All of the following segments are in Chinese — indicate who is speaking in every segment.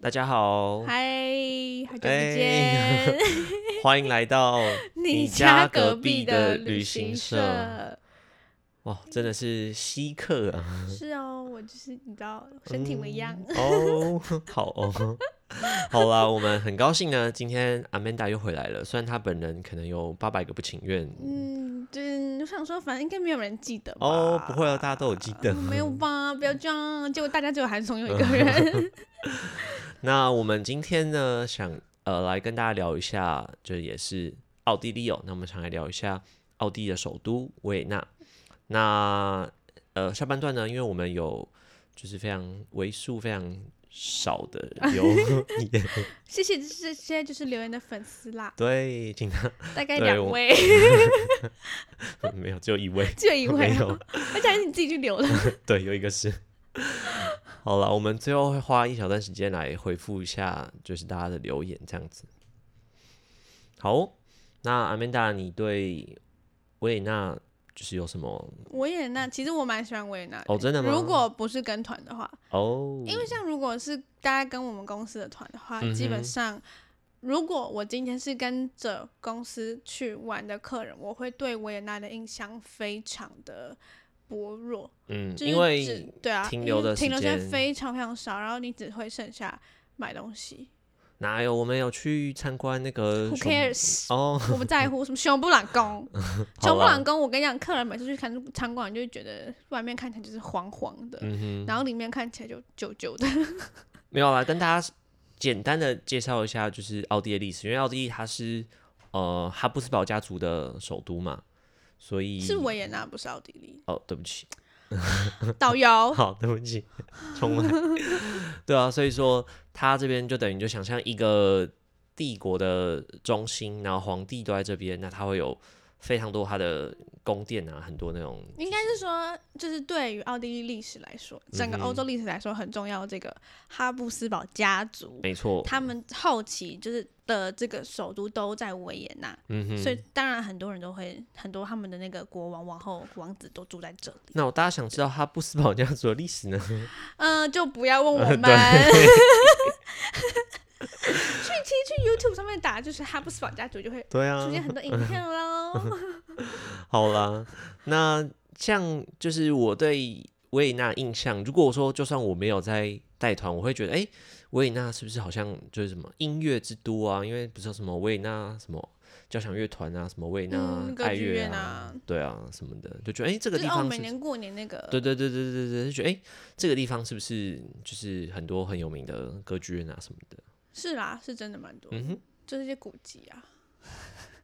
Speaker 1: 大家好，
Speaker 2: 嗨，好久
Speaker 1: 哦
Speaker 2: 不
Speaker 1: 哎
Speaker 2: 见！
Speaker 1: 欢迎来到
Speaker 2: 你
Speaker 1: 家
Speaker 2: 家
Speaker 1: 隔
Speaker 2: 隔
Speaker 1: 壁
Speaker 2: 壁
Speaker 1: 的
Speaker 2: 的
Speaker 1: 旅
Speaker 2: 旅
Speaker 1: 行
Speaker 2: 行
Speaker 1: 社
Speaker 2: 社。
Speaker 1: 哇，真的是稀客 啊，
Speaker 2: 是哦，我就是你知道，身体微恙。
Speaker 1: 嗯哦，好哦，好啦，我们很高兴呢，今天 Amanda 又回来了，虽然她本人可能有八百个不情愿，
Speaker 2: 嗯，就是我想说，反正应该没有人记得吧
Speaker 1: 哦，不会哦，大家都有记得。
Speaker 2: 没有吧？不要这样，结果大家只有韩松有一个 人。
Speaker 1: 那我们今天呢，想呃来跟大家聊一下，就也是奥地利哦。那我们想来聊一下奥地利的首都维也纳。那呃下半段呢，因为我们有就是非常为数非常少的 留言，
Speaker 2: 谢谢这些就是留言的粉丝啦，
Speaker 1: 对，请他
Speaker 2: 大概
Speaker 1: 对
Speaker 2: 两
Speaker 1: 我
Speaker 2: 位，
Speaker 1: 没有只有一位，
Speaker 2: 只有一 位
Speaker 1: 没有
Speaker 2: 哦，而且还是你自己去留的。
Speaker 1: 对，有一个是。 好了，我们最后会花一小段时间来回复一下，就是大家的留言这样子。好，那阿曼达，你对维也纳就是有什么？
Speaker 2: 维也纳，其实我蛮喜欢维也纳的。
Speaker 1: 哦真的吗
Speaker 2: 呃如果不是跟团的话，
Speaker 1: 哦，
Speaker 2: 因为像如果是大家跟我们公司的团的话，基
Speaker 1: 嗯哼
Speaker 2: 本上如果我今天是跟着公司去玩的客人，我会对维也纳的印象非常的薄弱，
Speaker 1: 嗯，
Speaker 2: 就是
Speaker 1: 因
Speaker 2: 只
Speaker 1: 为
Speaker 2: 对啊，
Speaker 1: 停留的
Speaker 2: 因为停留
Speaker 1: 时
Speaker 2: 时
Speaker 1: 间
Speaker 2: 间非常非常少，然后你只会剩下买东西。
Speaker 1: 哪有我们有去参观那个
Speaker 2: Who
Speaker 1: 熊
Speaker 2: cares？
Speaker 1: 哦，
Speaker 2: 我不在乎什么熊布朗 宫，
Speaker 1: 好
Speaker 2: 熊布朗
Speaker 1: 啦，
Speaker 2: 宫，我跟你讲，客人每次去看参观，就会觉得外面看起来就是黄黄的，
Speaker 1: 嗯哼，
Speaker 2: 然后里面看起来就旧旧的。
Speaker 1: 没有啦，跟大家简单的介绍一下，就是奥地利的历史，因为奥地利它是呃哈布斯堡家族的首都嘛，所以
Speaker 2: 是维也纳，不是奥地利。
Speaker 1: 哦，对不起，
Speaker 2: 导游，
Speaker 1: 好，对不起，重来。 对啊，所以说他这边就等于就想象一个帝国的中心，然后皇帝都在这边，那他会有非常多他的宫殿啊，很多那种
Speaker 2: 应该是说，就是对于奥地利历史来说，整个
Speaker 1: 嗯哼
Speaker 2: 欧洲历史来说很重要。这个哈布斯堡家族，
Speaker 1: 没错，
Speaker 2: 他们后期就是的这个首都都在维也纳，
Speaker 1: 嗯哼。
Speaker 2: 所以当然很多人都会，很多他们的那个国王、王后、王子都住在这里。
Speaker 1: 那我大家想知道哈布斯堡家族的历史呢？
Speaker 2: 嗯、就不要问我们。去
Speaker 1: 对
Speaker 2: 其实去 YouTube 上面打就是哈布斯堡家族，就会
Speaker 1: 对啊
Speaker 2: 出，现很多影片
Speaker 1: 嗯
Speaker 2: 嗯 喽。
Speaker 1: 好啦，那像就是我对维也纳印象，如果我说就算我没有在带团，我会觉得，哎、维也纳是不是好像就是什么音乐之都啊？因为不是有什么维也纳什么交响乐团啊，什么维也纳
Speaker 2: 嗯歌
Speaker 1: 爱
Speaker 2: 剧
Speaker 1: 乐
Speaker 2: 院
Speaker 1: 啊
Speaker 2: 啊，
Speaker 1: 对啊什么的，就觉得哎、诶这个
Speaker 2: 就
Speaker 1: 地
Speaker 2: 是哦，
Speaker 1: 方
Speaker 2: 每
Speaker 1: 是不是
Speaker 2: 年过年那个，
Speaker 1: 对对对对对对，就觉得哎、诶这个地方是不是就是很多很有名的歌剧院啊什么的？
Speaker 2: 是啦，是真的蛮多，
Speaker 1: 嗯哼，
Speaker 2: 就是一些古迹啊。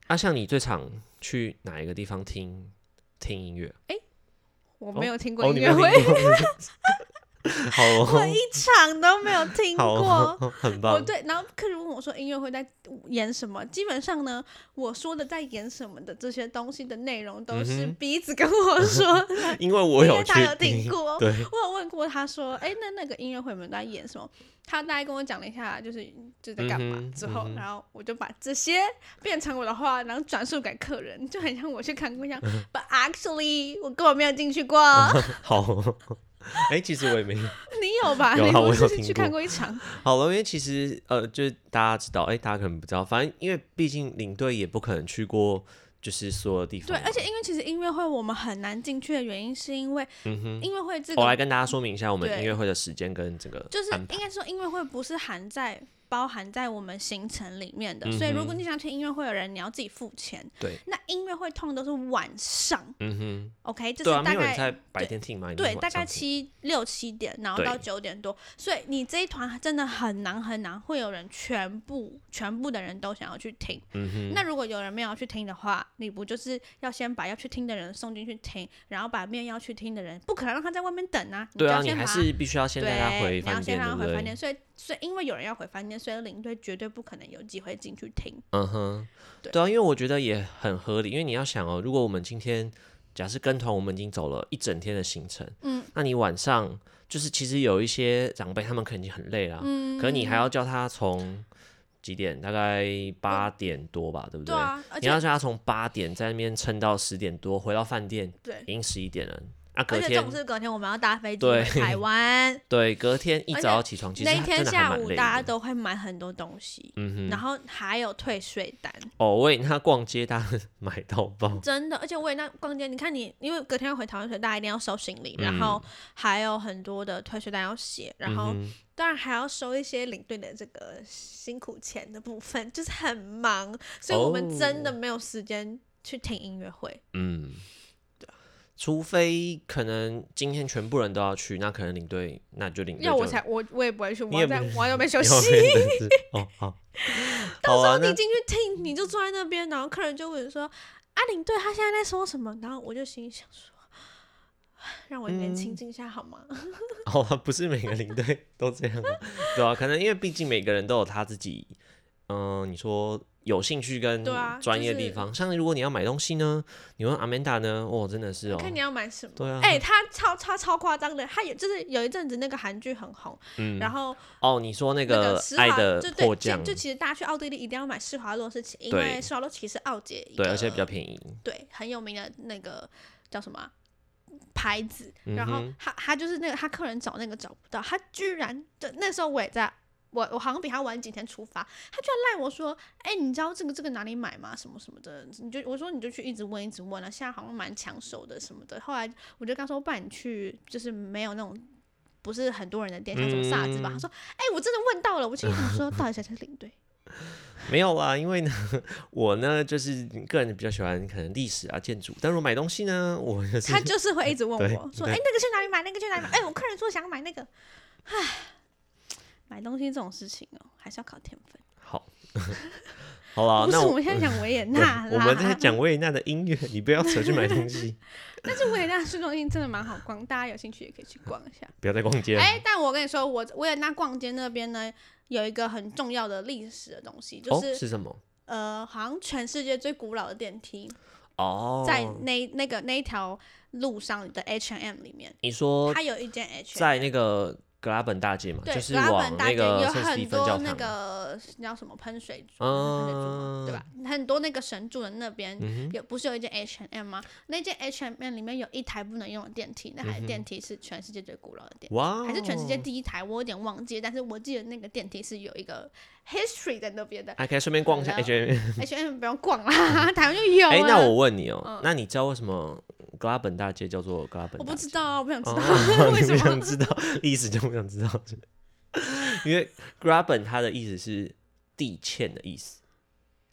Speaker 1: 啊，像你最常去哪一个地方听听音乐？
Speaker 2: 我没有听过
Speaker 1: 哦，
Speaker 2: 音
Speaker 1: 你
Speaker 2: 乐
Speaker 1: 没
Speaker 2: 会，
Speaker 1: 有听过 好哦，
Speaker 2: 我一场都没有听
Speaker 1: 好
Speaker 2: 过。
Speaker 1: 哦，很
Speaker 2: 我
Speaker 1: 棒。
Speaker 2: 对，然后客人问我说音乐会在演什么，基本上呢，我说的在演什么的这些东西的内容都是
Speaker 1: 嗯哼
Speaker 2: 鼻子跟我说 的，
Speaker 1: 因为我
Speaker 2: 因
Speaker 1: 有
Speaker 2: 为
Speaker 1: 去
Speaker 2: 他有听过。
Speaker 1: 对，
Speaker 2: 我有问过他说，哎，那那个音乐会你们都在演什么？他大概跟我讲了一下，就是就在干嘛
Speaker 1: 嗯哼
Speaker 2: 之后，
Speaker 1: 嗯哼
Speaker 2: 然后我就把这些变成我的话，然后转述给客人，就很像我去看过一
Speaker 1: 嗯
Speaker 2: 样。But actually，我根本没有进 去过。
Speaker 1: 好哦。哎、其实我也没有。
Speaker 2: 你有吧？
Speaker 1: 有
Speaker 2: 你
Speaker 1: 啦我
Speaker 2: 不
Speaker 1: 有
Speaker 2: 是
Speaker 1: 听
Speaker 2: 去
Speaker 1: 过哦
Speaker 2: 看过一场？
Speaker 1: 好了，因为其实呃，就是大家知道，哎、大家可能不知道，反正因为毕竟领队也不可能去过，就是所有地方
Speaker 2: 对
Speaker 1: 嘛。，
Speaker 2: 而且因为其实音乐会我们很难进去的原因，是因为
Speaker 1: 嗯哼，
Speaker 2: 音乐会这个、
Speaker 1: 我来跟大家说明一下我们
Speaker 2: 对
Speaker 1: 音乐会的时间跟整个
Speaker 2: 就是
Speaker 1: 安排
Speaker 2: 应该说音乐会不是含在包含在我们行程里面的，
Speaker 1: 嗯哼
Speaker 2: 所以如果你想去音乐会的人，你要自己付钱。
Speaker 1: 对，
Speaker 2: 那音乐会通常都是晚上
Speaker 1: 嗯哼，
Speaker 2: ，OK，这
Speaker 1: 对啊，
Speaker 2: 是
Speaker 1: 没
Speaker 2: 大
Speaker 1: 有人
Speaker 2: 概。
Speaker 1: 在白天听嘛，一定
Speaker 2: 对，
Speaker 1: 是晚
Speaker 2: 大
Speaker 1: 上
Speaker 2: 概七六七点，然后
Speaker 1: 对
Speaker 2: 到九点多，所以你这一团真的很难很难，会有人全部全部的人都想要去听。
Speaker 1: 听嗯哼，
Speaker 2: 那如果有人没有要去听的话，你不就是要先把要去听的人送进去听，然后把没有要去听的人，不可能让他在外面等啊，
Speaker 1: 对啊，
Speaker 2: 你
Speaker 1: 你
Speaker 2: 就要先
Speaker 1: 还
Speaker 2: 把他
Speaker 1: 是必须要先带他
Speaker 2: 对，
Speaker 1: 回
Speaker 2: 你
Speaker 1: 饭
Speaker 2: 要先
Speaker 1: 店，
Speaker 2: 让他
Speaker 1: 对不
Speaker 2: 回饭
Speaker 1: 对？
Speaker 2: 店，所以所以因为有人要回饭店，所以领队绝对不可能有机会进去听。
Speaker 1: 嗯哼，
Speaker 2: 对
Speaker 1: 对啊，因为我觉得也很合理，因为你要想哦，如果我们今天假设跟团，我们已经走了一整天的行程，
Speaker 2: 嗯，
Speaker 1: 那你晚上就是其实有一些长辈他们可能已经很累啦，
Speaker 2: 嗯，
Speaker 1: 可是你还要叫他从几点？大概八点多吧，对不
Speaker 2: 对啊，而
Speaker 1: 你要
Speaker 2: 且
Speaker 1: 叫他从八点在那边撑到十点多回到饭店，
Speaker 2: 对
Speaker 1: 已经十一点了，啊，隔
Speaker 2: 而且
Speaker 1: 天
Speaker 2: 重是隔天我们要搭飞机
Speaker 1: 对
Speaker 2: 回台湾，
Speaker 1: 对隔天一
Speaker 2: 而且
Speaker 1: 早起 床，其实
Speaker 2: 那一天
Speaker 1: 真的还
Speaker 2: 下
Speaker 1: 蛮
Speaker 2: 午
Speaker 1: 累
Speaker 2: 大家
Speaker 1: 的
Speaker 2: 都会买很多东西，
Speaker 1: 嗯
Speaker 2: 然
Speaker 1: 哼，
Speaker 2: 后还有退税单，
Speaker 1: 哦，我以为他逛街他 买到爆，
Speaker 2: 真的。而且我也那逛街，你看你，因为隔天要回台湾，所以大家一定要收行李，
Speaker 1: 嗯
Speaker 2: 然后还有很多的退税单要写，然后
Speaker 1: 嗯哼
Speaker 2: 当然还要收一些领队的这个辛苦钱的部分，就是很忙，所以我们真的没有时间去听音乐会。
Speaker 1: 嗯，除非可能今天全部人都要去，那可能领队那就领队
Speaker 2: 要我
Speaker 1: 就
Speaker 2: 才我我也不会去，
Speaker 1: 你
Speaker 2: 我
Speaker 1: 也
Speaker 2: 要
Speaker 1: 不
Speaker 2: 在
Speaker 1: 是
Speaker 2: 我又没 休
Speaker 1: 有
Speaker 2: 息。
Speaker 1: 面的是哦 好，
Speaker 2: 到
Speaker 1: 好
Speaker 2: 时
Speaker 1: 啊
Speaker 2: 候
Speaker 1: 那
Speaker 2: 你进去听，你就坐在那边，然后客人就问说：“阿玲，对他现在在说什么？”然后我就心里想说：“啊让我
Speaker 1: 嗯
Speaker 2: 年轻静一下好吗？”
Speaker 1: 好吧，不是每个领队都这样、啊，对啊，可能因为毕竟每个人都有他自己，嗯、你说有兴趣跟
Speaker 2: 对啊
Speaker 1: 专业
Speaker 2: 就
Speaker 1: 的地
Speaker 2: 是
Speaker 1: 方，像如果你要买东西呢，你问阿曼达呢，哦，真的是哦，
Speaker 2: 看你要买什么。
Speaker 1: 对啊，
Speaker 2: 哎、他超超超夸张的，他有就是有一阵子那个韩剧很红，
Speaker 1: 嗯，
Speaker 2: 然后
Speaker 1: 哦，你说那
Speaker 2: 那个
Speaker 1: 个
Speaker 2: 施
Speaker 1: 爱
Speaker 2: 华
Speaker 1: 的
Speaker 2: 就对，
Speaker 1: 迫
Speaker 2: 就
Speaker 1: 降，
Speaker 2: 就其实大家去奥地利一定要买施华洛世奇，因
Speaker 1: 对
Speaker 2: 为施华洛世奇是奥姐一
Speaker 1: 对，
Speaker 2: 个
Speaker 1: 而且比较便宜，
Speaker 2: 对很有名的那个叫什么啊牌子，然后
Speaker 1: 嗯哼
Speaker 2: 他他就是那个他客人找那个找不到，他居然就那时候我也在。我我好像比他晚几天出发，他居然赖我说，哎、你知道这个这个哪里买吗？什么什么的，你就我说你就去一直问一直问了、啊现在好像蛮抢手的什么的。后来我就跟他说，不然你去就是没有那种不是很多人的店，像什么萨兹吧。
Speaker 1: 嗯
Speaker 2: 他说，哎、我真的问到了，我心里想 说，到底谁是领队？
Speaker 1: 没有啦，因为呢， 我呢就是个人比较喜欢可能历史啊、建筑，但是我买东西呢，我就是
Speaker 2: 他就是会一直问
Speaker 1: 对
Speaker 2: 我说：“哎、那个去哪里买？那个去哪里买？”哎、我客人说想买那个，唉，买东西这种事情哦、还是要靠天分。
Speaker 1: 好， 好啦，
Speaker 2: 不是
Speaker 1: 那
Speaker 2: 我
Speaker 1: 我
Speaker 2: 们现在讲维也
Speaker 1: 对
Speaker 2: 纳啦，
Speaker 1: 我们在讲维也纳的音乐，你不要扯去买东 西，
Speaker 2: 但是维也纳市中心真的蛮好逛，大家有兴趣也可以去逛一下。
Speaker 1: 不要再逛街了。
Speaker 2: 哎、但我跟你说，我维也纳逛街那边呢，有一个很重要的历史的东西，就
Speaker 1: 哦，
Speaker 2: 是、
Speaker 1: 是什么？
Speaker 2: 呃，好像全世界最古老的电梯，
Speaker 1: 哦，
Speaker 2: 在那那个那一条路上的 H M 里面，
Speaker 1: 你说
Speaker 2: 它有一间 H
Speaker 1: 哦在那个格拉本大街嘛，
Speaker 2: 对，
Speaker 1: 就是
Speaker 2: 格拉
Speaker 1: 往
Speaker 2: 本大
Speaker 1: 那
Speaker 2: 街
Speaker 1: 个
Speaker 2: 有
Speaker 1: 圣斯蒂
Speaker 2: 很
Speaker 1: 芬
Speaker 2: 多
Speaker 1: 教
Speaker 2: 那
Speaker 1: 堂，
Speaker 2: 个叫什么喷水柱，喷水柱嘛
Speaker 1: 嗯，
Speaker 2: 对吧？？很多那个神柱的那边、
Speaker 1: 嗯
Speaker 2: 有不是有一间 H M 吗？那间 H M 里面有一台不能用的电梯，
Speaker 1: 嗯
Speaker 2: 那台电梯是全世界最古老的电梯。
Speaker 1: 哇，哦
Speaker 2: 还是全世界。第一台，我有点忘记，但是我记得那个电梯是有一个 history 在那边的
Speaker 1: 还哎可以顺便逛一下
Speaker 2: 然后
Speaker 1: H&M。
Speaker 2: ，H M 不用逛啦，台湾就有了。
Speaker 1: 哎，那我问你哦，那你知道为什么格拉本大街叫做格拉本？
Speaker 2: 嗯我
Speaker 1: 大
Speaker 2: 不
Speaker 1: 街？
Speaker 2: 知道啊，我不 想知道、
Speaker 1: 哦
Speaker 2: 为
Speaker 1: 你
Speaker 2: 什
Speaker 1: 不想
Speaker 2: 么。
Speaker 1: 知道历史就不想知道，因为 Graben 它的意思是地堑的意思，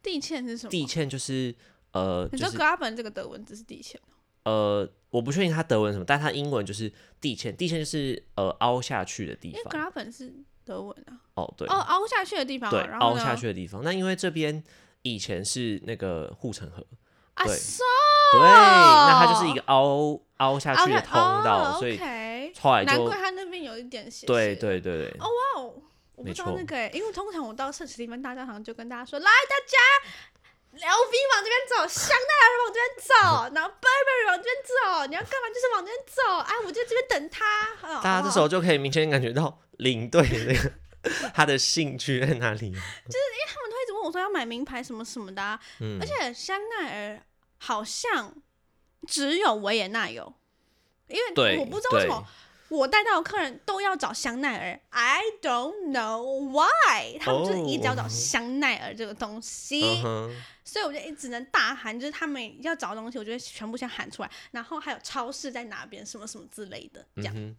Speaker 2: 地堑是什么？
Speaker 1: 地堑就是呃，
Speaker 2: 哦你
Speaker 1: 就
Speaker 2: 说
Speaker 1: 是
Speaker 2: 格拉本这个德文字是地堑吗，
Speaker 1: 呃，我不确定它德文是什么，但它英文就是地堑，地堑就是呃凹下去的地
Speaker 2: 因为格
Speaker 1: 方。
Speaker 2: 拉本是德文啊。
Speaker 1: 哦，对，
Speaker 2: 哦，凹下去的地方啊、
Speaker 1: 对，
Speaker 2: 然后
Speaker 1: 凹
Speaker 2: 呢？
Speaker 1: 下去的地方。那因为这边以前是那个护城河，
Speaker 2: 啊，
Speaker 1: 对
Speaker 2: 收
Speaker 1: 对，那它就是一个凹凹下
Speaker 2: 凹
Speaker 1: 去的通道，
Speaker 2: 哦、
Speaker 1: 所以
Speaker 2: OK，
Speaker 1: 后来
Speaker 2: 难
Speaker 1: 就
Speaker 2: 怪它那边有一点斜斜
Speaker 1: 对
Speaker 2: 的。
Speaker 1: 对对对，
Speaker 2: 哇哦，我不
Speaker 1: 没
Speaker 2: 知道
Speaker 1: 错
Speaker 2: 那个哎，因为通常我到圣史蒂芬大教堂就跟大家说，来大家，LV 往这边走，香奈儿往这边 走，然后 Burberry 往这边走，你要干嘛就是往这边走，哎，我就这边等他。哦
Speaker 1: 大家这时候就可以明显感觉到领队的那个 他的兴趣在哪里。
Speaker 2: 他们都一直问我说要买名牌什么什么的啊、
Speaker 1: 嗯
Speaker 2: 而，且香奈儿好像只有维也纳有，因为
Speaker 1: 对，
Speaker 2: 我不知道为什
Speaker 1: 对
Speaker 2: 么。我带到的客人都要找香奈儿，I don't know why，他们就是一直要找香奈儿这个东西
Speaker 1: 嗯哼，
Speaker 2: 所以我就一直能大喊，就是他们要找的东西，我就会全部先喊出来，然后还有超市在哪边，什么什么之类的，这样。
Speaker 1: 嗯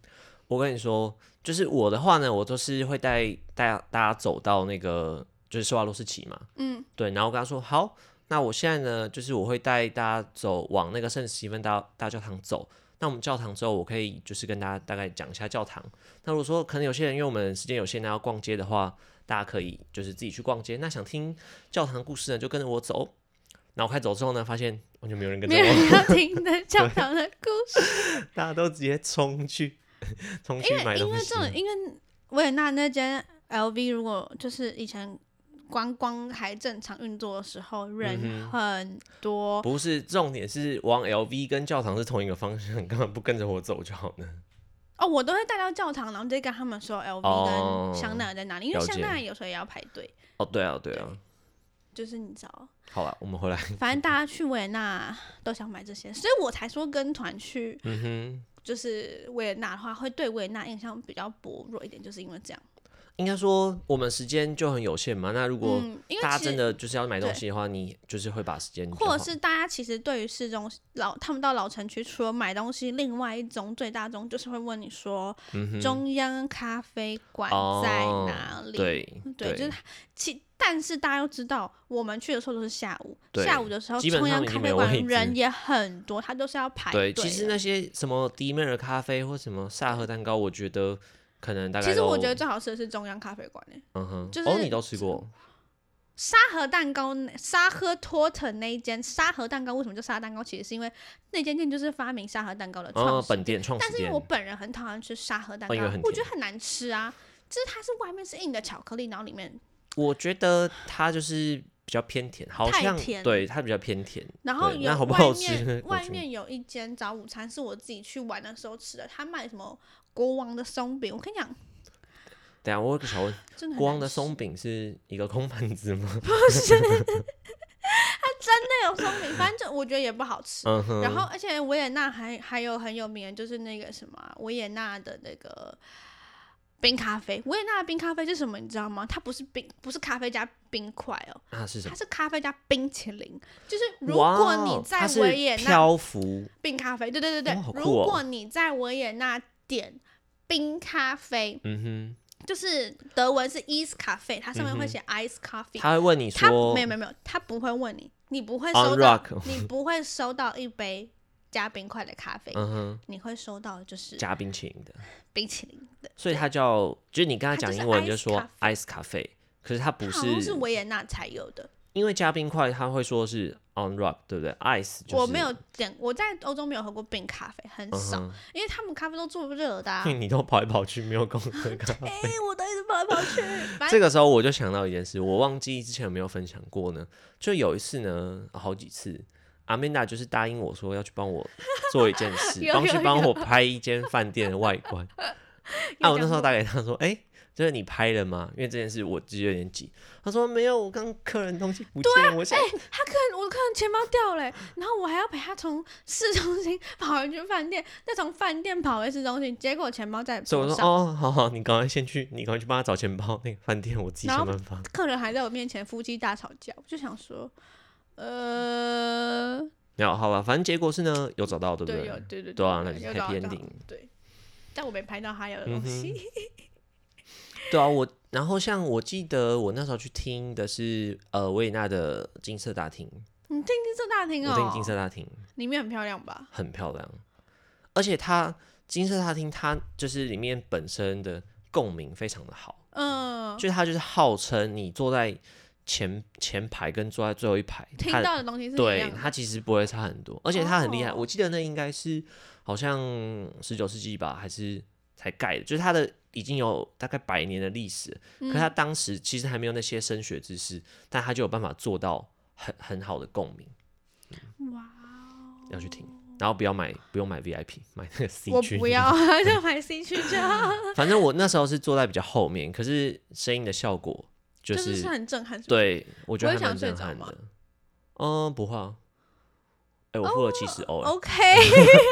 Speaker 1: 我跟你说，就是我的话呢，我都是会带带大家走到那个就是施华洛世奇嘛，
Speaker 2: 嗯，
Speaker 1: 对，然后我跟他说好，那我现在呢，就是我会带大家走往那个圣西芬大大教堂走。那我们教堂之后，我可以就是跟大家大概讲一下教堂。那如果说可能有些人因为我们时间有限，那要逛街的话，大家可以就是自己去逛街。那想听教堂故事呢，就跟着我走。那我开始走之后呢，发现完嗯全没有人跟着
Speaker 2: 没有人
Speaker 1: 我，
Speaker 2: 要听的教堂的故事，
Speaker 1: 大家都直接冲去冲去
Speaker 2: 因
Speaker 1: 买
Speaker 2: 为因
Speaker 1: 东
Speaker 2: 为
Speaker 1: 西
Speaker 2: 这。种，因为维也纳那间 LV 如果就是以前观光还正常运作的时候，人
Speaker 1: 嗯
Speaker 2: 很多，
Speaker 1: 不是重点是往 LV 跟教堂是同一个方向， 干嘛不跟着我走就好呢？
Speaker 2: 哦，我都会带到教堂，然后直接跟他们说 LV
Speaker 1: 哦
Speaker 2: 跟香奈儿在哪里，因为
Speaker 1: 了
Speaker 2: 香
Speaker 1: 解
Speaker 2: 奈儿有时候也要排队，
Speaker 1: 哦，对啊，对啊，
Speaker 2: 就是你知道，
Speaker 1: 好了，我们回来。
Speaker 2: 反正大家去维也纳都想买这些，所以我才说跟团去
Speaker 1: 嗯哼，
Speaker 2: 就是维也纳的话，会对维也纳印象比较薄弱一点，就是因为这样。
Speaker 1: 应该说我们时间就很有限嘛。那如果
Speaker 2: 嗯，因为
Speaker 1: 大家
Speaker 2: 其
Speaker 1: 真
Speaker 2: 实
Speaker 1: 的就是要买东西的话，你就是会把时间比较
Speaker 2: 或
Speaker 1: 好
Speaker 2: 者是大家其实对于市中老，他们到老城区除了买东西，另外一种最大宗就是会问你说、中央咖啡馆
Speaker 1: 嗯
Speaker 2: 在
Speaker 1: 哦
Speaker 2: 哪里？
Speaker 1: 对
Speaker 2: 对，就是它其但是大家都知道，我们去的时候都是下午，
Speaker 1: 对
Speaker 2: 下午的时候
Speaker 1: 基本
Speaker 2: 中
Speaker 1: 上
Speaker 2: 央
Speaker 1: 已
Speaker 2: 咖
Speaker 1: 经
Speaker 2: 啡
Speaker 1: 没
Speaker 2: 馆
Speaker 1: 位置
Speaker 2: 人也很多，他都是要排队
Speaker 1: 对，其
Speaker 2: 的。
Speaker 1: 实那些什么迪美尔咖啡或什么萨赫蛋糕，我觉得可能大概
Speaker 2: 其实我
Speaker 1: 都
Speaker 2: 觉得最好吃的是中央咖啡馆诶，
Speaker 1: 嗯哼，
Speaker 2: 就
Speaker 1: 哦，
Speaker 2: 是
Speaker 1: 你都吃过
Speaker 2: 沙河蛋糕那、沙河托特那一间沙河蛋糕为什么叫沙蛋糕？其实是因为那间店就是发明沙河蛋糕的创
Speaker 1: 哦，
Speaker 2: 始
Speaker 1: 本店创
Speaker 2: 但
Speaker 1: 始
Speaker 2: 是因为
Speaker 1: 店
Speaker 2: 我本人很讨厌吃沙河蛋
Speaker 1: 哦
Speaker 2: 糕，
Speaker 1: 因为很
Speaker 2: 我
Speaker 1: 甜
Speaker 2: 觉得很难吃啊。就是它是外面是硬的巧克力，然后里面，
Speaker 1: 我觉得它就是比较偏甜，好
Speaker 2: 太
Speaker 1: 像
Speaker 2: 甜
Speaker 1: 对它比较偏甜，
Speaker 2: 然后
Speaker 1: 对
Speaker 2: 有
Speaker 1: 那好不
Speaker 2: 外
Speaker 1: 好吃
Speaker 2: 面
Speaker 1: 我
Speaker 2: 外
Speaker 1: 去
Speaker 2: 面有一间早午餐是我自己去玩的时候吃的，他卖什么国王的松饼，我跟你讲，
Speaker 1: 等啊一下我有个小问，
Speaker 2: 真的很
Speaker 1: 国王
Speaker 2: 难
Speaker 1: 的
Speaker 2: 吃
Speaker 1: 松饼是一个空盘子吗？
Speaker 2: 那种松饼，反正我觉得也不好吃。
Speaker 1: 嗯哼，
Speaker 2: 然后，而且维也纳还还有很有名的就是那个什么啊维也纳的那个冰咖啡。维也纳的冰咖啡是什么？你知道吗？它不是冰，不是咖啡加冰块哦，
Speaker 1: 那是什
Speaker 2: 它
Speaker 1: 么？
Speaker 2: 是咖啡加冰淇淋。就是如果
Speaker 1: 哇
Speaker 2: 你
Speaker 1: 哦
Speaker 2: 在
Speaker 1: 它是
Speaker 2: 维也纳
Speaker 1: 漂浮
Speaker 2: 冰咖啡，对对对对，
Speaker 1: 哇好酷哦
Speaker 2: 如果你在维也纳点冰咖啡，
Speaker 1: 嗯
Speaker 2: 就是德文是 i s 咖啡，它上面
Speaker 1: 嗯
Speaker 2: 会
Speaker 1: 哼
Speaker 2: 写 ice
Speaker 1: 哼，
Speaker 2: coffee，
Speaker 1: 他会问你
Speaker 2: 他
Speaker 1: 说
Speaker 2: 没有没有没有，他不会问你，你不会
Speaker 1: On
Speaker 2: 收到
Speaker 1: rock
Speaker 2: 你不会收到一杯加冰块的咖啡，
Speaker 1: 嗯哼
Speaker 2: 你会收到的就是
Speaker 1: 加冰淇淋的，
Speaker 2: 冰淇淋的。
Speaker 1: 所以它叫就是你跟他
Speaker 2: 它就
Speaker 1: 讲
Speaker 2: 是
Speaker 1: 英文就
Speaker 2: ice
Speaker 1: 说 ice cafe，可是它不
Speaker 2: 它好像
Speaker 1: 是
Speaker 2: 是维也纳才有的，
Speaker 1: 因为加冰块，他会说是 on rock，对不对？ice 就是
Speaker 2: 我没有点，我在欧洲没有喝过冰咖啡，很
Speaker 1: 嗯
Speaker 2: 少，
Speaker 1: 哼
Speaker 2: 因为他们咖啡都做热的、啊。
Speaker 1: 因为你都跑来跑去，没有跟我喝咖啡
Speaker 2: 哎、我都一直跑来跑去，反
Speaker 1: 这
Speaker 2: 正
Speaker 1: 个时候我就想到一件事，我忘记之前有没有分享过呢？就有一次呢，哦好几次，阿曼达就是答应我说要去帮我做一件事，
Speaker 2: 有
Speaker 1: 帮去
Speaker 2: 有
Speaker 1: 帮
Speaker 2: 有
Speaker 1: 我拍一间饭店的外 观。啊，我那时候打给他说，哎、就是你拍了吗？因为这件事我自己有点急。他说没有，我刚客人东西不见
Speaker 2: 啊
Speaker 1: 了，我想、
Speaker 2: 他客人我客人钱包掉了、欸然后我还要陪他从市中心跑回去饭店，再从饭店跑回市中心，结果钱包在
Speaker 1: 所以我
Speaker 2: 桌
Speaker 1: 说
Speaker 2: 上，
Speaker 1: 哦，好好，你赶快先去，你赶快去帮他找钱包，那个饭店我自己
Speaker 2: 然
Speaker 1: 想
Speaker 2: 后
Speaker 1: 办法。
Speaker 2: 客人还在我面前夫妻大吵架，我就想说，呃，
Speaker 1: 没有，好吧，反正结果是呢，有找到，对不
Speaker 2: 对
Speaker 1: 对？
Speaker 2: 有对对
Speaker 1: 对啊那就是
Speaker 2: 有
Speaker 1: happy
Speaker 2: 找到
Speaker 1: ending
Speaker 2: 对，但我没拍到他有的
Speaker 1: 嗯
Speaker 2: 东西。
Speaker 1: 对啊，我然后像我记得我那时候去听的是呃维也纳的金色大厅，
Speaker 2: 你听金色大厅
Speaker 1: 我听金
Speaker 2: 哦，
Speaker 1: 色大厅
Speaker 2: 里面很漂亮吧？
Speaker 1: 很漂亮，而且它金色大厅它就是里面本身的共鸣非常的好，
Speaker 2: 嗯，
Speaker 1: 就是它就是号称你坐在前前排跟坐在最后一排，
Speaker 2: 听
Speaker 1: 它
Speaker 2: 到的东西是一
Speaker 1: 对
Speaker 2: 样的。
Speaker 1: 它其实不会差很多，而且它很厉害，
Speaker 2: 哦
Speaker 1: 我记得那应该是好像十九世纪吧，还是才盖的，就是它的已经有大概百年的历史了，
Speaker 2: 嗯
Speaker 1: 可是他当时其实还没有那些声学知识，但他就有办法做到很很好的共鸣，
Speaker 2: 哇哦，
Speaker 1: 要去听。然后不要买，不用买 VIP，买 那个 C
Speaker 2: 我
Speaker 1: 区。
Speaker 2: 不要， 就买 C 区就好，
Speaker 1: 反正我那时候是坐在比较后面，可是声音的效果就、
Speaker 2: 就是是是很震撼。是不是，
Speaker 1: 对我觉得
Speaker 2: 不会
Speaker 1: 还蛮
Speaker 2: 想睡
Speaker 1: 震
Speaker 2: 着
Speaker 1: 撼
Speaker 2: 吗哦
Speaker 1: 的。嗯，不会啊。哎、我付了七十欧。哎
Speaker 2: OK，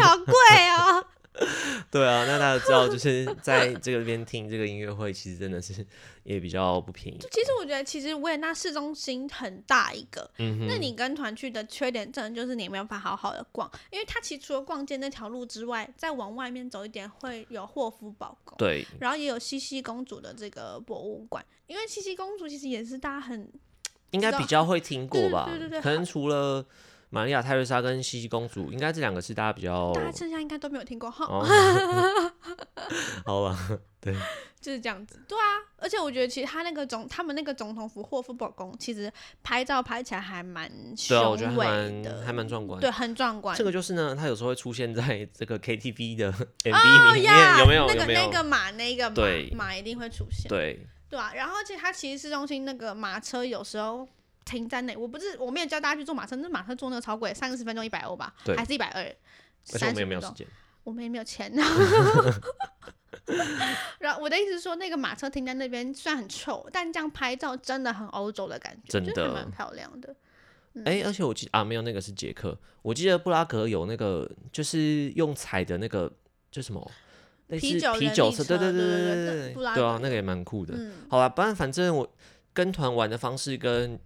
Speaker 2: 好贵哦。
Speaker 1: 对啊，那大家知道，就是在这个边听这个音乐会，其实真的是也比较不 便宜。
Speaker 2: 其实我觉得，其实维也纳市中心很大一个，
Speaker 1: 嗯哼，
Speaker 2: 那你跟团去的缺点，真的就是你没有办法好好的逛，因为它其实除了逛街那条路之外，再往外面走一点会有霍夫堡宫，
Speaker 1: 对，
Speaker 2: 然后也有茜茜公主的这个博物馆，因为茜茜公主其实也是大家很
Speaker 1: 应该比较会听过吧？
Speaker 2: 对对对对
Speaker 1: 可能除了玛利亚泰瑞莎跟茜茜公主，应该这两个是大家比较
Speaker 2: 大家剩下应该都没有听过哈，
Speaker 1: 哦，好吧，对，
Speaker 2: 就是这样子。对啊，而且我觉得其实他那个总他们那个总统府霍夫堡宫，其实拍照拍起来还蛮
Speaker 1: 对
Speaker 2: 雄
Speaker 1: 啊，我觉得还
Speaker 2: 伟
Speaker 1: 蛮
Speaker 2: 的，
Speaker 1: 还蛮壮观。
Speaker 2: 对，啊很壮观。
Speaker 1: 这个就是呢，它有时候会出现在这个 KTV 的 MV 里面，有没有？
Speaker 2: 哦那
Speaker 1: 有
Speaker 2: 个
Speaker 1: 没
Speaker 2: 那
Speaker 1: 有？
Speaker 2: 个马那个马
Speaker 1: 对
Speaker 2: 马一定会出现。
Speaker 1: 对，
Speaker 2: 对啊，然后而且它其实市中心那个马车有时候停在那，我不是我没有教大家去坐马车，那马车坐那个超贵，三十分钟一百欧吧
Speaker 1: 对，
Speaker 2: 还是一百二，
Speaker 1: 而且我
Speaker 2: 三
Speaker 1: 们
Speaker 2: 十
Speaker 1: 也没有
Speaker 2: 分
Speaker 1: 时
Speaker 2: 钟，
Speaker 1: 间。
Speaker 2: 我们也没有钱。 然后，然后我的意思是说，那个马车停在那边虽然很臭，但这样拍照真的很欧洲的感觉，
Speaker 1: 真
Speaker 2: 就是还
Speaker 1: 的
Speaker 2: 蛮漂亮的。
Speaker 1: 哎、而且我记啊，没有那个是捷克，我记得布拉格有那个就是用踩的那个就什么类似
Speaker 2: 啤酒
Speaker 1: 啤
Speaker 2: 人
Speaker 1: 酒
Speaker 2: 力
Speaker 1: 车，对
Speaker 2: 车
Speaker 1: 对
Speaker 2: 对对
Speaker 1: 对
Speaker 2: 对
Speaker 1: 对
Speaker 2: 布拉
Speaker 1: 对啊
Speaker 2: 格，
Speaker 1: 那个也蛮酷的。
Speaker 2: 嗯，
Speaker 1: 好啦，不然反正我跟团玩的方式跟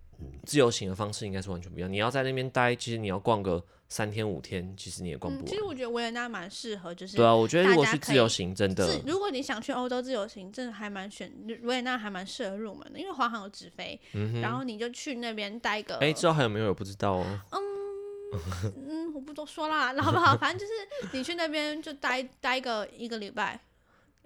Speaker 1: 自由行的方式应该是完全不一样。你要在那边待，其实你要逛个三天五天，其实你也逛
Speaker 2: 嗯
Speaker 1: 不
Speaker 2: 其实
Speaker 1: 完。
Speaker 2: 我觉得维也纳蛮适合，就
Speaker 1: 啊
Speaker 2: 是
Speaker 1: 对啊，我觉得如
Speaker 2: 大
Speaker 1: 果
Speaker 2: 家
Speaker 1: 去
Speaker 2: 可
Speaker 1: 自由
Speaker 2: 以
Speaker 1: 行，真的
Speaker 2: 是，如果你想去欧洲自由行，真的还蛮选维也纳还蛮适合入门的，因为华航有直飞，
Speaker 1: 嗯
Speaker 2: 然后你就去那边待个，
Speaker 1: 哎，之后还有没有我不知道哦。
Speaker 2: 嗯，我不多说啦，好不好？反正就是 你去那边就待待个一个礼拜，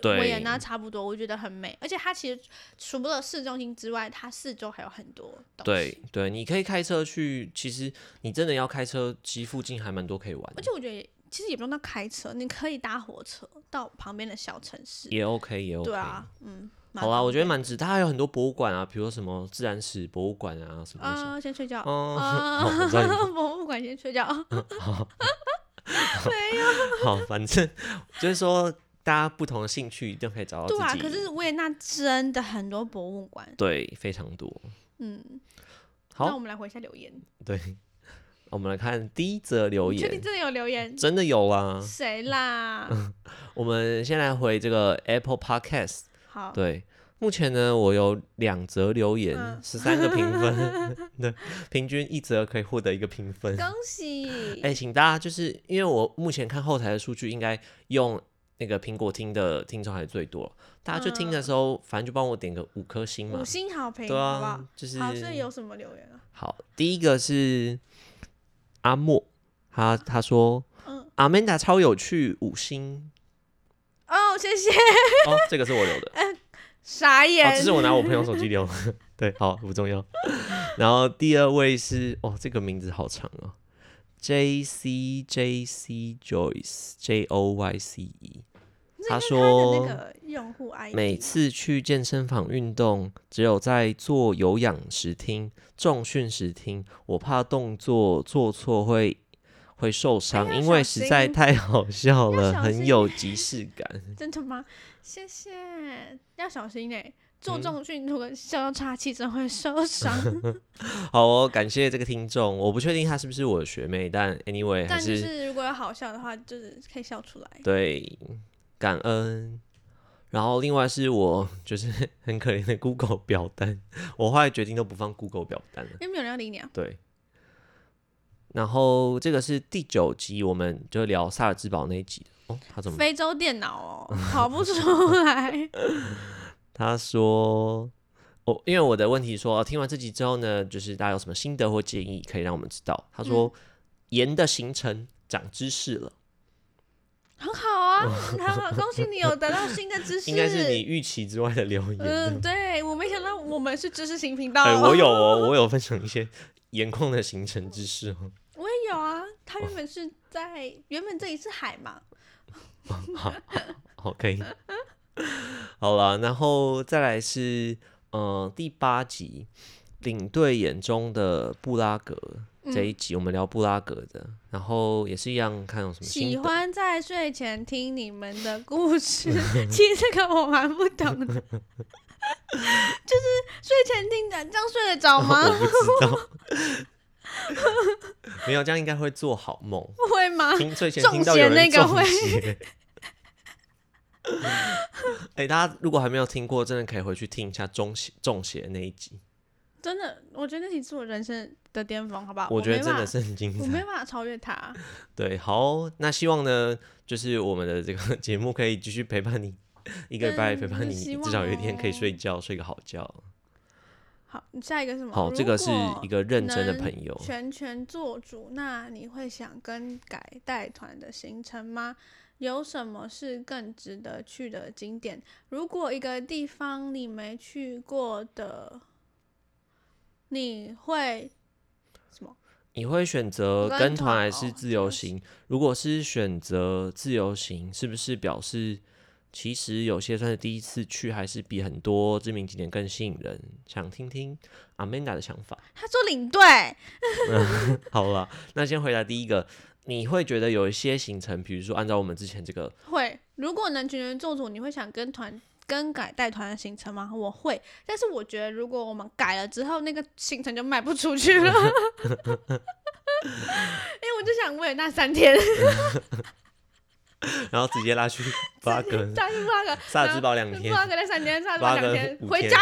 Speaker 2: 维也
Speaker 1: 对，
Speaker 2: 纳差不多，我觉得很美，而且它其实除了市中心之外，它四周还有很多东西。
Speaker 1: 对对，你可以开车去。其实你真的要开车，其实附近还蛮多可以玩
Speaker 2: 而
Speaker 1: 的，
Speaker 2: 且我觉得也其实也不用到开车，你可以搭火车到旁边的小城市。
Speaker 1: 也 OK 也 OK。
Speaker 2: 对啊，嗯，蛮
Speaker 1: 好啦，
Speaker 2: 方
Speaker 1: 我觉得
Speaker 2: 便
Speaker 1: 蛮值。它还有很多博物馆啊，比如说什么自然史博物馆啊什么那些。
Speaker 2: 啊、先睡觉。
Speaker 1: 哦
Speaker 2: 啊、
Speaker 1: 好我知道你
Speaker 2: 博物馆先睡觉。
Speaker 1: 好，反正就是说，大家不同的兴趣一定可以哦找到自
Speaker 2: 对
Speaker 1: 己。
Speaker 2: 啊，可是维也纳真的很多博物馆。
Speaker 1: 对非常多。
Speaker 2: 嗯，那我
Speaker 1: 好，
Speaker 2: 们来回一下留言。
Speaker 1: 对，我们来看第一则留
Speaker 2: 你确定
Speaker 1: 言，
Speaker 2: 真的有留言？
Speaker 1: 真的有啦。
Speaker 2: 谁 啦？
Speaker 1: 我们先来回这个 Apple Podcast。
Speaker 2: 好，
Speaker 1: 对，目前呢，我有两则留言
Speaker 2: 嗯，
Speaker 1: 十三个评分， 对，平均一则可以获得一个评分。
Speaker 2: 恭喜。
Speaker 1: 哎、请大家就是因为我目前看后台的数据，应该用那个苹果听的听众还是最多，大家去听的时候，反正就帮我点个五颗星嘛
Speaker 2: 嗯五。星好评，
Speaker 1: 对
Speaker 2: 好不好
Speaker 1: 啊？，就是
Speaker 2: 好，所以有什么留言啊？
Speaker 1: 好第一个是阿莫，他他说
Speaker 2: 嗯，
Speaker 1: 阿曼达超有趣，五星
Speaker 2: 哦，谢谢，
Speaker 1: 哦，这个是我留的，
Speaker 2: 傻眼。
Speaker 1: 哦，这是我拿我朋友手机 留的，对，好不重要。然后第二位是哦，这个名字好长哦，J C J C Joyce J O Y C E，
Speaker 2: 这
Speaker 1: 他
Speaker 2: 应该
Speaker 1: 说
Speaker 2: 他的那个用户 ID，
Speaker 1: 每次去健身房运动，只有在做有氧时听、重训时听，我怕动作做错会会受伤，
Speaker 2: 哎要
Speaker 1: 因为
Speaker 2: 小
Speaker 1: 实
Speaker 2: 心
Speaker 1: 在太好笑
Speaker 2: 要
Speaker 1: 了，
Speaker 2: 小
Speaker 1: 很
Speaker 2: 心
Speaker 1: 有即视感。
Speaker 2: 真的吗？谢谢，要小心嘞、
Speaker 1: 嗯
Speaker 2: 做重训如果笑到岔气，真会 受伤。
Speaker 1: 好哦，感谢这个听众，我不确定她是不是我的学妹，但 anyway 还
Speaker 2: 但就是是如果有好笑的话，就是可以笑出来。
Speaker 1: 对感恩。然后另外是我就是很可怜的 Google 表单，我后来决定都不放 Google 表单了。
Speaker 2: 因为没有人要理你啊。
Speaker 1: 对。然后这个是第九集，我们就聊萨尔兹堡那一集的哦。他怎么？
Speaker 2: 非洲电脑哦，跑不出来。
Speaker 1: 他说，我、因为我的问题说，哦听完这集之后呢，就是大家有什么心得或建议可以让我们知道？他说，
Speaker 2: 嗯
Speaker 1: 盐的形成长知识了，
Speaker 2: 很好 啊，很好，恭喜你有得到新的知识。
Speaker 1: 应该是你预期之外的留言。
Speaker 2: 嗯，对我没想到我们是知识型频道。
Speaker 1: 哎，我有 哦，我有分享一些盐矿的形成知识哦。
Speaker 2: 我也有啊。他原本是在原本这里是海嘛，
Speaker 1: 嗯好，好，可以。 好了，然后再来是呃第八集领队眼中的布拉格
Speaker 2: 嗯
Speaker 1: 这一集，我们聊布拉格的，然后也是一样看有什么
Speaker 2: 喜
Speaker 1: 新
Speaker 2: 欢在睡前听你们的故事。其实这个我蛮不懂的，就是睡前听的，这样睡得 着
Speaker 1: 我
Speaker 2: 吗？
Speaker 1: 不知道， 没有这样应该会做好梦，
Speaker 2: 会吗？
Speaker 1: 听睡前
Speaker 2: 中
Speaker 1: 听到有
Speaker 2: 邪
Speaker 1: 人
Speaker 2: 那个
Speaker 1: 中
Speaker 2: 会
Speaker 1: 邪。 哎、大家如果还没有听过，真的可以回去听一下中邪中邪那一集，
Speaker 2: 真的，我觉得那集是我人生的巅峰，好不好？
Speaker 1: 我觉得
Speaker 2: 没
Speaker 1: 真
Speaker 2: 办
Speaker 1: 的
Speaker 2: 法
Speaker 1: 是很精
Speaker 2: 啊我
Speaker 1: 彩。
Speaker 2: 没办法超越他。
Speaker 1: 对，好，那希望呢，就是我们的这个节目可以继续陪伴你 一个礼拜，陪
Speaker 2: 嗯
Speaker 1: 伴你
Speaker 2: 希望
Speaker 1: 至少有一天可以
Speaker 2: 哦
Speaker 1: 睡觉，睡个好觉。
Speaker 2: 好，你下一个是什么？
Speaker 1: 好，这个是一
Speaker 2: 个
Speaker 1: 个认真的
Speaker 2: 能
Speaker 1: 朋友。
Speaker 2: 全权做主，那你会想更改带团的行程吗？有什么是更值得去的景点？如果一个地方你没去过的，你会什么？
Speaker 1: 你会选择
Speaker 2: 跟
Speaker 1: 跟
Speaker 2: 团
Speaker 1: 团还是
Speaker 2: 哦
Speaker 1: 自
Speaker 2: 自
Speaker 1: 由
Speaker 2: 由
Speaker 1: 行？如果是选择自由行，是不是表示其实有些算是第一次去，还是比很多知名景点更吸引人？想听听 Amanda 的想法。
Speaker 2: 他说领队，
Speaker 1: 好了，那先回答第一个，你会觉得有一些行程，比如说按照我们之前这个
Speaker 2: 会，如果能全权做主，你会想跟团更改带团的行程吗？我会，但是我觉得如果我们改了之后，那个行程就卖不出去了。 因为我就想为了那三天，
Speaker 1: 然后直接拉去 巴根，
Speaker 2: 大去 布拉格，
Speaker 1: 萨
Speaker 2: 然
Speaker 1: 兹
Speaker 2: 后
Speaker 1: 堡两天
Speaker 2: 布，拉格待三天，萨兹
Speaker 1: 布拉
Speaker 2: 堡两
Speaker 1: 格
Speaker 2: 天，
Speaker 1: 五
Speaker 2: 回
Speaker 1: 天
Speaker 2: 家。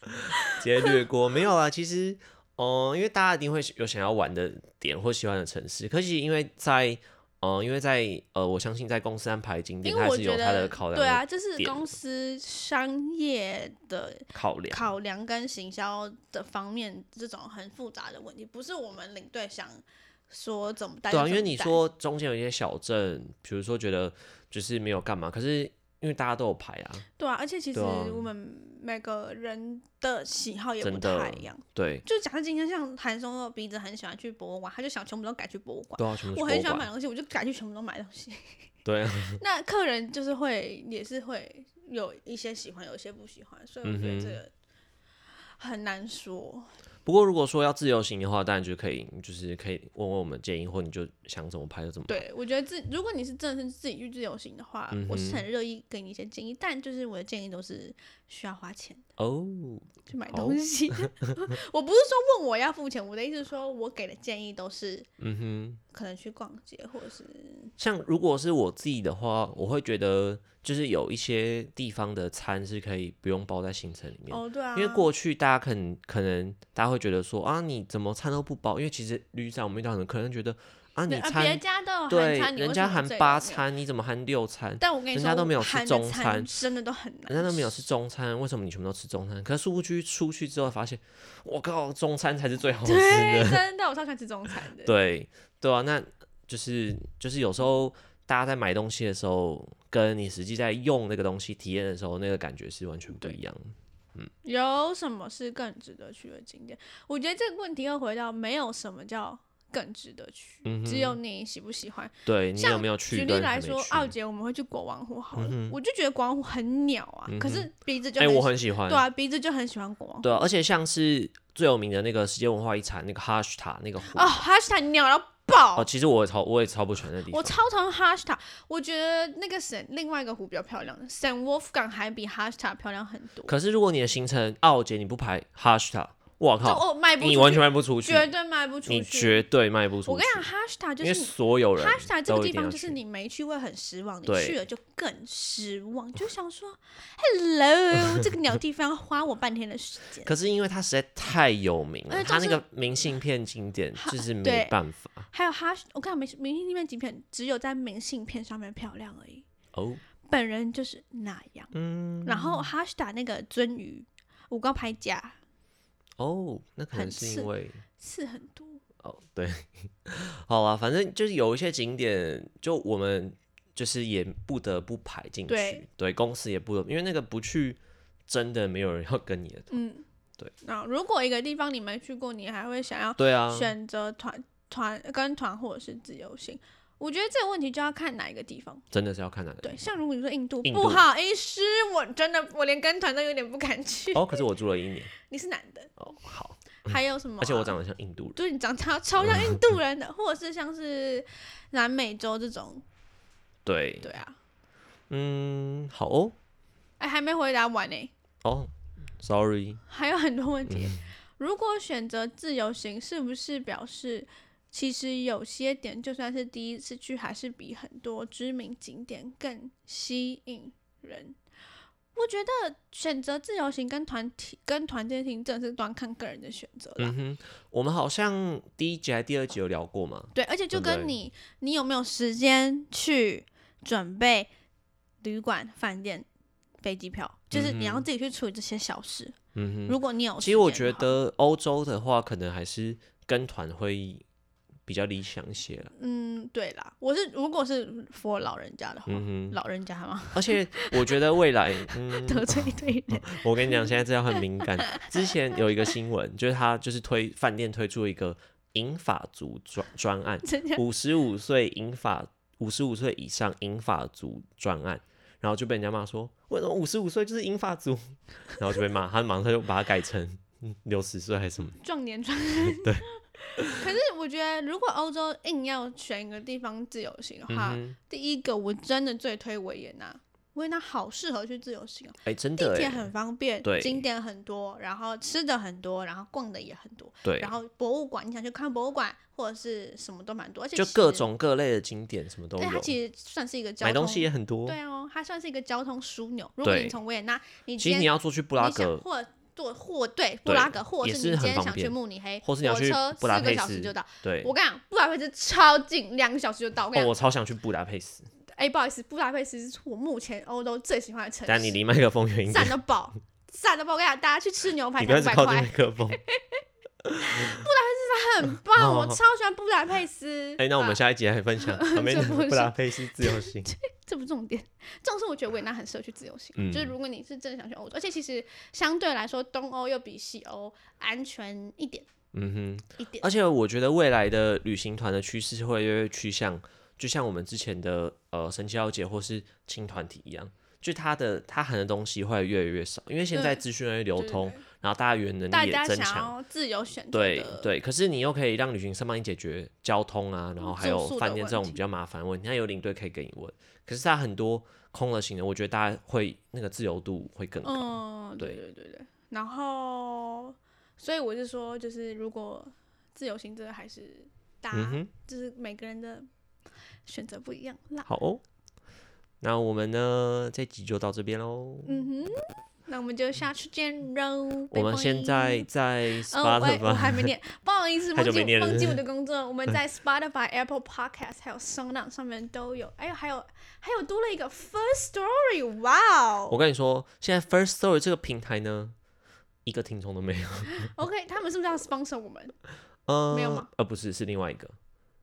Speaker 1: 直接略过。没有啊，其实，嗯、因为大家一定会有想要玩的点或喜欢的城市，可是因为在，嗯、因为在，呃，我相信在公司安排景点，
Speaker 2: 因
Speaker 1: 它
Speaker 2: 为
Speaker 1: 还
Speaker 2: 我
Speaker 1: 是
Speaker 2: 觉
Speaker 1: 有它
Speaker 2: 得
Speaker 1: 的考量
Speaker 2: 对
Speaker 1: 的
Speaker 2: 啊，这是
Speaker 1: 点
Speaker 2: 公司商业的
Speaker 1: 考量。
Speaker 2: 考量跟行销的方面，这种很复杂的问题，不是我们领队想说怎么带就
Speaker 1: 对
Speaker 2: 怎么带。
Speaker 1: 啊，因为你说中间有一些小镇，比如说觉得就是没有干嘛，可是因为大家都有排啊，
Speaker 2: 对啊，而且其实
Speaker 1: 对啊
Speaker 2: 我们每个人的喜好也不
Speaker 1: 真的
Speaker 2: 太一样。
Speaker 1: 对，
Speaker 2: 就假设今天像韩松的鼻子很喜欢去博物馆，他就想全部都改去博物馆。
Speaker 1: 都要啊全部去
Speaker 2: 我
Speaker 1: 博
Speaker 2: 很
Speaker 1: 物
Speaker 2: 喜欢买
Speaker 1: 馆。
Speaker 2: 东西，我就改去全部都买东西。
Speaker 1: 对啊，
Speaker 2: 那客人就是会也是会有一些喜欢，有一些不喜欢，所以我觉
Speaker 1: 嗯
Speaker 2: 得
Speaker 1: 哼
Speaker 2: 这个很难说。
Speaker 1: 不过如果说要自由行的话，当然就可以，就是可以问问我们建议，或你就想怎么拍就怎么拍。
Speaker 2: 对，我觉得自如果你是真的是自己去自由行的话，我
Speaker 1: 嗯
Speaker 2: 是
Speaker 1: 哼
Speaker 2: 很乐意给你一些建议，但就是我的建议都是需要花钱的
Speaker 1: 哦，
Speaker 2: 去买
Speaker 1: 好
Speaker 2: 东西。 我不是说问我要付钱，我的意思是说我给的建议都是
Speaker 1: 嗯哼。
Speaker 2: 可能去逛街或者是
Speaker 1: 像如果是我自己的话，我会觉得就是有一些地方的餐是可以不用包在行程里面，
Speaker 2: 哦对啊，
Speaker 1: 因为过去大家可能可能大家会觉得说啊你怎么餐都不包，因为其实旅长我们遇到很多客人觉得啊你
Speaker 2: 对啊别
Speaker 1: 餐
Speaker 2: 家都有
Speaker 1: 对
Speaker 2: 含餐，你
Speaker 1: 人
Speaker 2: 为
Speaker 1: 家
Speaker 2: 什么
Speaker 1: 含
Speaker 2: 这里
Speaker 1: 八
Speaker 2: 都没有，
Speaker 1: 餐，你怎么含六餐？
Speaker 2: 但我跟你说，
Speaker 1: 人家都没有吃
Speaker 2: 含的
Speaker 1: 中餐
Speaker 2: 真的都很难，
Speaker 1: 人家都没有吃中餐，为什么你全部都吃中餐？可是出去出去之后发现，我靠，中餐才是最好吃的。
Speaker 2: 对，真的我超喜欢吃中餐的，
Speaker 1: 对对啊，那就是就是有时候大家在买东西的时候，跟你实际在用那个东西体验的时候，那个感觉是完全不一样的。
Speaker 2: 有什么是更值得去的景点？我觉得这个问题又回到没有什么叫更值得去，
Speaker 1: 嗯哼
Speaker 2: 只有你喜不喜欢。
Speaker 1: 对你
Speaker 2: 像
Speaker 1: 有没有去？
Speaker 2: 举例
Speaker 1: 跟还
Speaker 2: 来
Speaker 1: 没去
Speaker 2: 说，奥杰我们会去国王湖好了，
Speaker 1: 嗯哼
Speaker 2: 我就觉得国王湖很鸟啊，
Speaker 1: 嗯哼
Speaker 2: 可是鼻子就
Speaker 1: 哎、我
Speaker 2: 喜
Speaker 1: 很喜欢。
Speaker 2: 对啊，鼻子就很喜欢国王湖。
Speaker 1: 对啊，而且像是最有名的那个世界文化遗产那个哈什塔那个湖
Speaker 2: 哦，哈士塔鸟到爆！
Speaker 1: 哦，其实我也超我也超不喜欢那地
Speaker 2: 我
Speaker 1: 方。
Speaker 2: 超讨厌哈士塔，我觉得那个省另外一个湖比较漂亮，San Wolfgang 还比哈士塔漂亮很多。
Speaker 1: 可是如果你的行程奥杰你不排哈什塔，我
Speaker 2: 就
Speaker 1: 靠，
Speaker 2: 哦，卖不出
Speaker 1: 你
Speaker 2: 去，
Speaker 1: 完全卖不出去，
Speaker 2: 绝对卖不出
Speaker 1: 你
Speaker 2: 去。
Speaker 1: 绝对卖不出去。
Speaker 2: 我跟你讲，哈士塔就
Speaker 1: 因为
Speaker 2: 是
Speaker 1: 所有人
Speaker 2: 哈士达这
Speaker 1: 都
Speaker 2: 个
Speaker 1: 一
Speaker 2: 地
Speaker 1: 定要
Speaker 2: 方就是
Speaker 1: 去。
Speaker 2: 你没去会很失望，你
Speaker 1: 对
Speaker 2: 去了就更失望，就想说，Hello，这个鸟地方花我半天的时 间。
Speaker 1: 可是因为它实在太有名
Speaker 2: 而
Speaker 1: 了，
Speaker 2: 且
Speaker 1: 它
Speaker 2: 就
Speaker 1: 那
Speaker 2: 是
Speaker 1: 个明信片景点就是没
Speaker 2: 对
Speaker 1: 办法
Speaker 2: 还有哈士，我看明明信片景片只有在明信片上面漂亮而已，
Speaker 1: 哦。
Speaker 2: 本人就是那样。
Speaker 1: 嗯，
Speaker 2: 然后哈士达那个鳟鱼，我刚拍假
Speaker 1: 哦，那可能
Speaker 2: 很
Speaker 1: 是
Speaker 2: 刺
Speaker 1: 因为
Speaker 2: 刺很多，
Speaker 1: 哦，对， 好啦，反正就是有一些景点，就我们就是也不得不排进去，
Speaker 2: 对
Speaker 1: 公司也不得，因为那个不去，真的没有人要跟你 的团，
Speaker 2: 嗯，
Speaker 1: 对。
Speaker 2: 那如果一个地方你没去过，你还会想要
Speaker 1: 对啊，
Speaker 2: 选择团团跟团或者是自由行？我觉得这个问题就要看哪一个地方。
Speaker 1: 真的是要看哪个地
Speaker 2: 对，
Speaker 1: 方。
Speaker 2: 像如果你说印度，
Speaker 1: 印
Speaker 2: 不
Speaker 1: 度
Speaker 2: 好意思，我真的我连跟团都有点不敢去。
Speaker 1: 哦，可是我住了一年，
Speaker 2: 你是男的，
Speaker 1: 哦，好，
Speaker 2: 还有什么啊、
Speaker 1: 而且我长得像印度人，
Speaker 2: 对你长超超像印度人的，或者是像是南美洲这种，
Speaker 1: 对，
Speaker 2: 对啊。
Speaker 1: 嗯，好哦，
Speaker 2: 哎，还没回答完呢、
Speaker 1: 哦，sorry，
Speaker 2: 还有很多问
Speaker 1: 嗯
Speaker 2: 题。如果选择自由行，是不是表示其实有些点就算是第一次去，还是比很多知名景点更吸引人？我觉得选择自由行跟团体跟团这件事情，真的是端看个人的选择啦。
Speaker 1: 嗯哼，我们好像第一集还第二集有聊过嘛，
Speaker 2: 对，而且
Speaker 1: 对
Speaker 2: 就
Speaker 1: 不对
Speaker 2: 跟你你有没有时间去准备旅馆、饭店、飞机票，就是你
Speaker 1: 嗯
Speaker 2: 要
Speaker 1: 哼
Speaker 2: 自己去处理这些小事。
Speaker 1: 嗯
Speaker 2: 如果你有时间的话，
Speaker 1: 哼，其实我觉得欧洲的话，可能还是跟团会比较理想一些啦，
Speaker 2: 嗯，对啦，我是如果是 for 老人家的话，
Speaker 1: 嗯哼，
Speaker 2: 老人家嘛，
Speaker 1: 而且我觉得未 来，嗯，
Speaker 2: 得罪一堆人，
Speaker 1: 我跟你讲，现在这要很敏感。之前有一个新闻，就是他就是推饭店推出一个银发族专专案，
Speaker 2: 真的
Speaker 1: 五十五岁银发，五十五岁以上银发族专案，然后就被人家骂说，为什么五十五岁就是银发族？ 然后就被骂，他马上就把它改成 六十岁还是什么？
Speaker 2: 壮年壮年。对。 可是我觉得，如果欧洲硬要选一个地方自由行的
Speaker 1: 嗯
Speaker 2: 话，
Speaker 1: 哼
Speaker 2: 第一个我真的最推维也纳。维也纳好适合去自由行哦，
Speaker 1: 哎，真
Speaker 2: 地
Speaker 1: 的
Speaker 2: 铁
Speaker 1: 哎，
Speaker 2: 很方便，
Speaker 1: 对
Speaker 2: 景点很多，然后吃的很多，然后逛的也很多，
Speaker 1: 对
Speaker 2: 然，后博物馆，你想去看博物馆或者是什么都蛮多，而且
Speaker 1: 就
Speaker 2: 其
Speaker 1: 各
Speaker 2: 实，
Speaker 1: 种各类的景点什么都
Speaker 2: 对它
Speaker 1: 有，
Speaker 2: 其实算是一个交通，
Speaker 1: 买东西也很多。
Speaker 2: 对哦，它算是一个交通枢纽。如果
Speaker 1: 对
Speaker 2: 你从维也纳，你
Speaker 1: 其
Speaker 2: 今
Speaker 1: 实
Speaker 2: 天
Speaker 1: 你要坐去布拉
Speaker 2: 你想
Speaker 1: 格，
Speaker 2: 或坐或对布
Speaker 1: 对
Speaker 2: 拉格，或者
Speaker 1: 也
Speaker 2: 是
Speaker 1: 是
Speaker 2: 你
Speaker 1: 很
Speaker 2: 今天
Speaker 1: 方
Speaker 2: 想去
Speaker 1: 便
Speaker 2: 慕尼黑，
Speaker 1: 或是你要
Speaker 2: 火
Speaker 1: 去
Speaker 2: 车
Speaker 1: 布达
Speaker 2: 四个
Speaker 1: 佩
Speaker 2: 小时
Speaker 1: 斯
Speaker 2: 就到。
Speaker 1: 对，
Speaker 2: 我跟你讲，布达佩斯超近，两个小时就到。我跟
Speaker 1: 哦，
Speaker 2: 你讲，
Speaker 1: 我超想去布达佩斯，
Speaker 2: 哎、不好意思，布达佩斯是我目前欧洲最喜欢的城
Speaker 1: 但你
Speaker 2: 市，
Speaker 1: 离麦克风远一点
Speaker 2: 散，到爆，散到爆！我跟你讲，大家去吃牛排
Speaker 1: 你不
Speaker 2: 才
Speaker 1: 要一
Speaker 2: 五
Speaker 1: 直
Speaker 2: 百
Speaker 1: 靠近麦
Speaker 2: 块，
Speaker 1: 克风。
Speaker 2: 很棒，
Speaker 1: 好
Speaker 2: 我
Speaker 1: 好
Speaker 2: 超喜欢布达佩斯。
Speaker 1: 哦哎，那我
Speaker 2: 啊
Speaker 1: 们下一集来分享旁边的
Speaker 2: 这不是
Speaker 1: 布达佩斯自由行。
Speaker 2: 这不重点，这种是我觉得维也纳很适合去自由行，
Speaker 1: 嗯
Speaker 2: 就是如果你是真的想去欧洲，而且其实相对来说，东欧又比西欧安全一点
Speaker 1: 嗯
Speaker 2: 一
Speaker 1: 哼，
Speaker 2: 点。
Speaker 1: 而且我觉得未来的旅行团的趋势会越来越趋向，就像我们之前的呃神奇小姐或是青团体一样，就它的它含的东西会越来越少，因为现在
Speaker 2: 对
Speaker 1: 资讯越来越流
Speaker 2: 对
Speaker 1: 通，然后大家语言能
Speaker 2: 大
Speaker 1: 力也
Speaker 2: 家
Speaker 1: 增
Speaker 2: 想
Speaker 1: 强。
Speaker 2: 要自由选择
Speaker 1: 对
Speaker 2: 的
Speaker 1: 对，可是你又可以让旅行社帮你解决交通啊，然后还
Speaker 2: 嗯住
Speaker 1: 有
Speaker 2: 宿的
Speaker 1: 饭店
Speaker 2: 问
Speaker 1: 这种
Speaker 2: 题
Speaker 1: 比较麻烦的问题，它有领队可以给你问。可是它很多空了型的，我觉得大家会那个自由度会更高。
Speaker 2: 嗯，对对对对。然后，所以我是说，就是如果自由行，这个还是大家、
Speaker 1: 嗯哼，
Speaker 2: 就是每个人的选择不一样啦。
Speaker 1: 好哦，那我们呢这集就到这边喽。
Speaker 2: 嗯哼，那我们就下次见喽。
Speaker 1: 我们
Speaker 2: 拜拜
Speaker 1: 现在在
Speaker 2: 嗯，我我
Speaker 1: Spotify，、
Speaker 2: 还没念，不好意思，
Speaker 1: 太
Speaker 2: 忘
Speaker 1: 久没
Speaker 2: 记
Speaker 1: 念了
Speaker 2: 忘记我的工作。我们在 Spotify、Apple Podcast 还有 Sound 上面都有，哎呦，还有还有多了一个 First Story，哇
Speaker 1: 我
Speaker 2: 哦
Speaker 1: 跟你说，现在 First Story 这个平台呢，一个听众都没有。
Speaker 2: ！OK，他们是不是要 sponsor 我们？
Speaker 1: 呃，
Speaker 2: 没有吗？
Speaker 1: 呃，不是，是另外一个，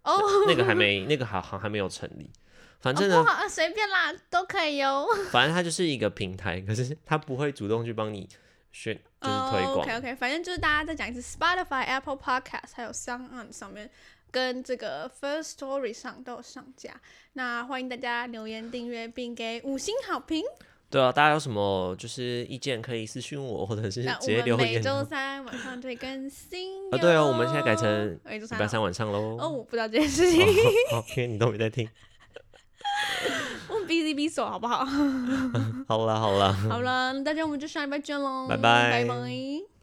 Speaker 2: 哦，
Speaker 1: 那个还没，那个好像还没有成立。反正
Speaker 2: 哦
Speaker 1: 呢
Speaker 2: 不，好，啊随便啦，都可以哟。
Speaker 1: 反正它就是一个平台，可是它不会主动去帮你宣，就是推
Speaker 2: 哦
Speaker 1: 广。
Speaker 2: OK OK，反正就是大家再讲一次，Spotify、Apple Podcast 还有 Sound On 上面。跟这个 First Story 上都有上架，那欢迎大家留言订阅并给五星好评。
Speaker 1: 对啊，大家有什么就是意见可以私信我，或者是
Speaker 2: 那
Speaker 1: 直
Speaker 2: 我
Speaker 1: 接
Speaker 2: 们
Speaker 1: 留
Speaker 2: 每
Speaker 1: 言。
Speaker 2: 周三晚上就会更新
Speaker 1: 啊对哦我们现在改成
Speaker 2: 每周
Speaker 1: 礼
Speaker 2: 三
Speaker 1: 拜
Speaker 2: 啊
Speaker 1: 三晚上喽。
Speaker 2: 哦，我不知道这件事情，
Speaker 1: 好，因为你都没在听。
Speaker 2: 我 busy busy 手好不好？
Speaker 1: 好啦好啦，
Speaker 2: 好了，那大家我们就下礼拜见喽，
Speaker 1: 拜拜
Speaker 2: 拜拜。